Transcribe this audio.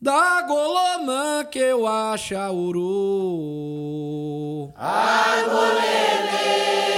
da golomã que eu acha uru. Arbolele.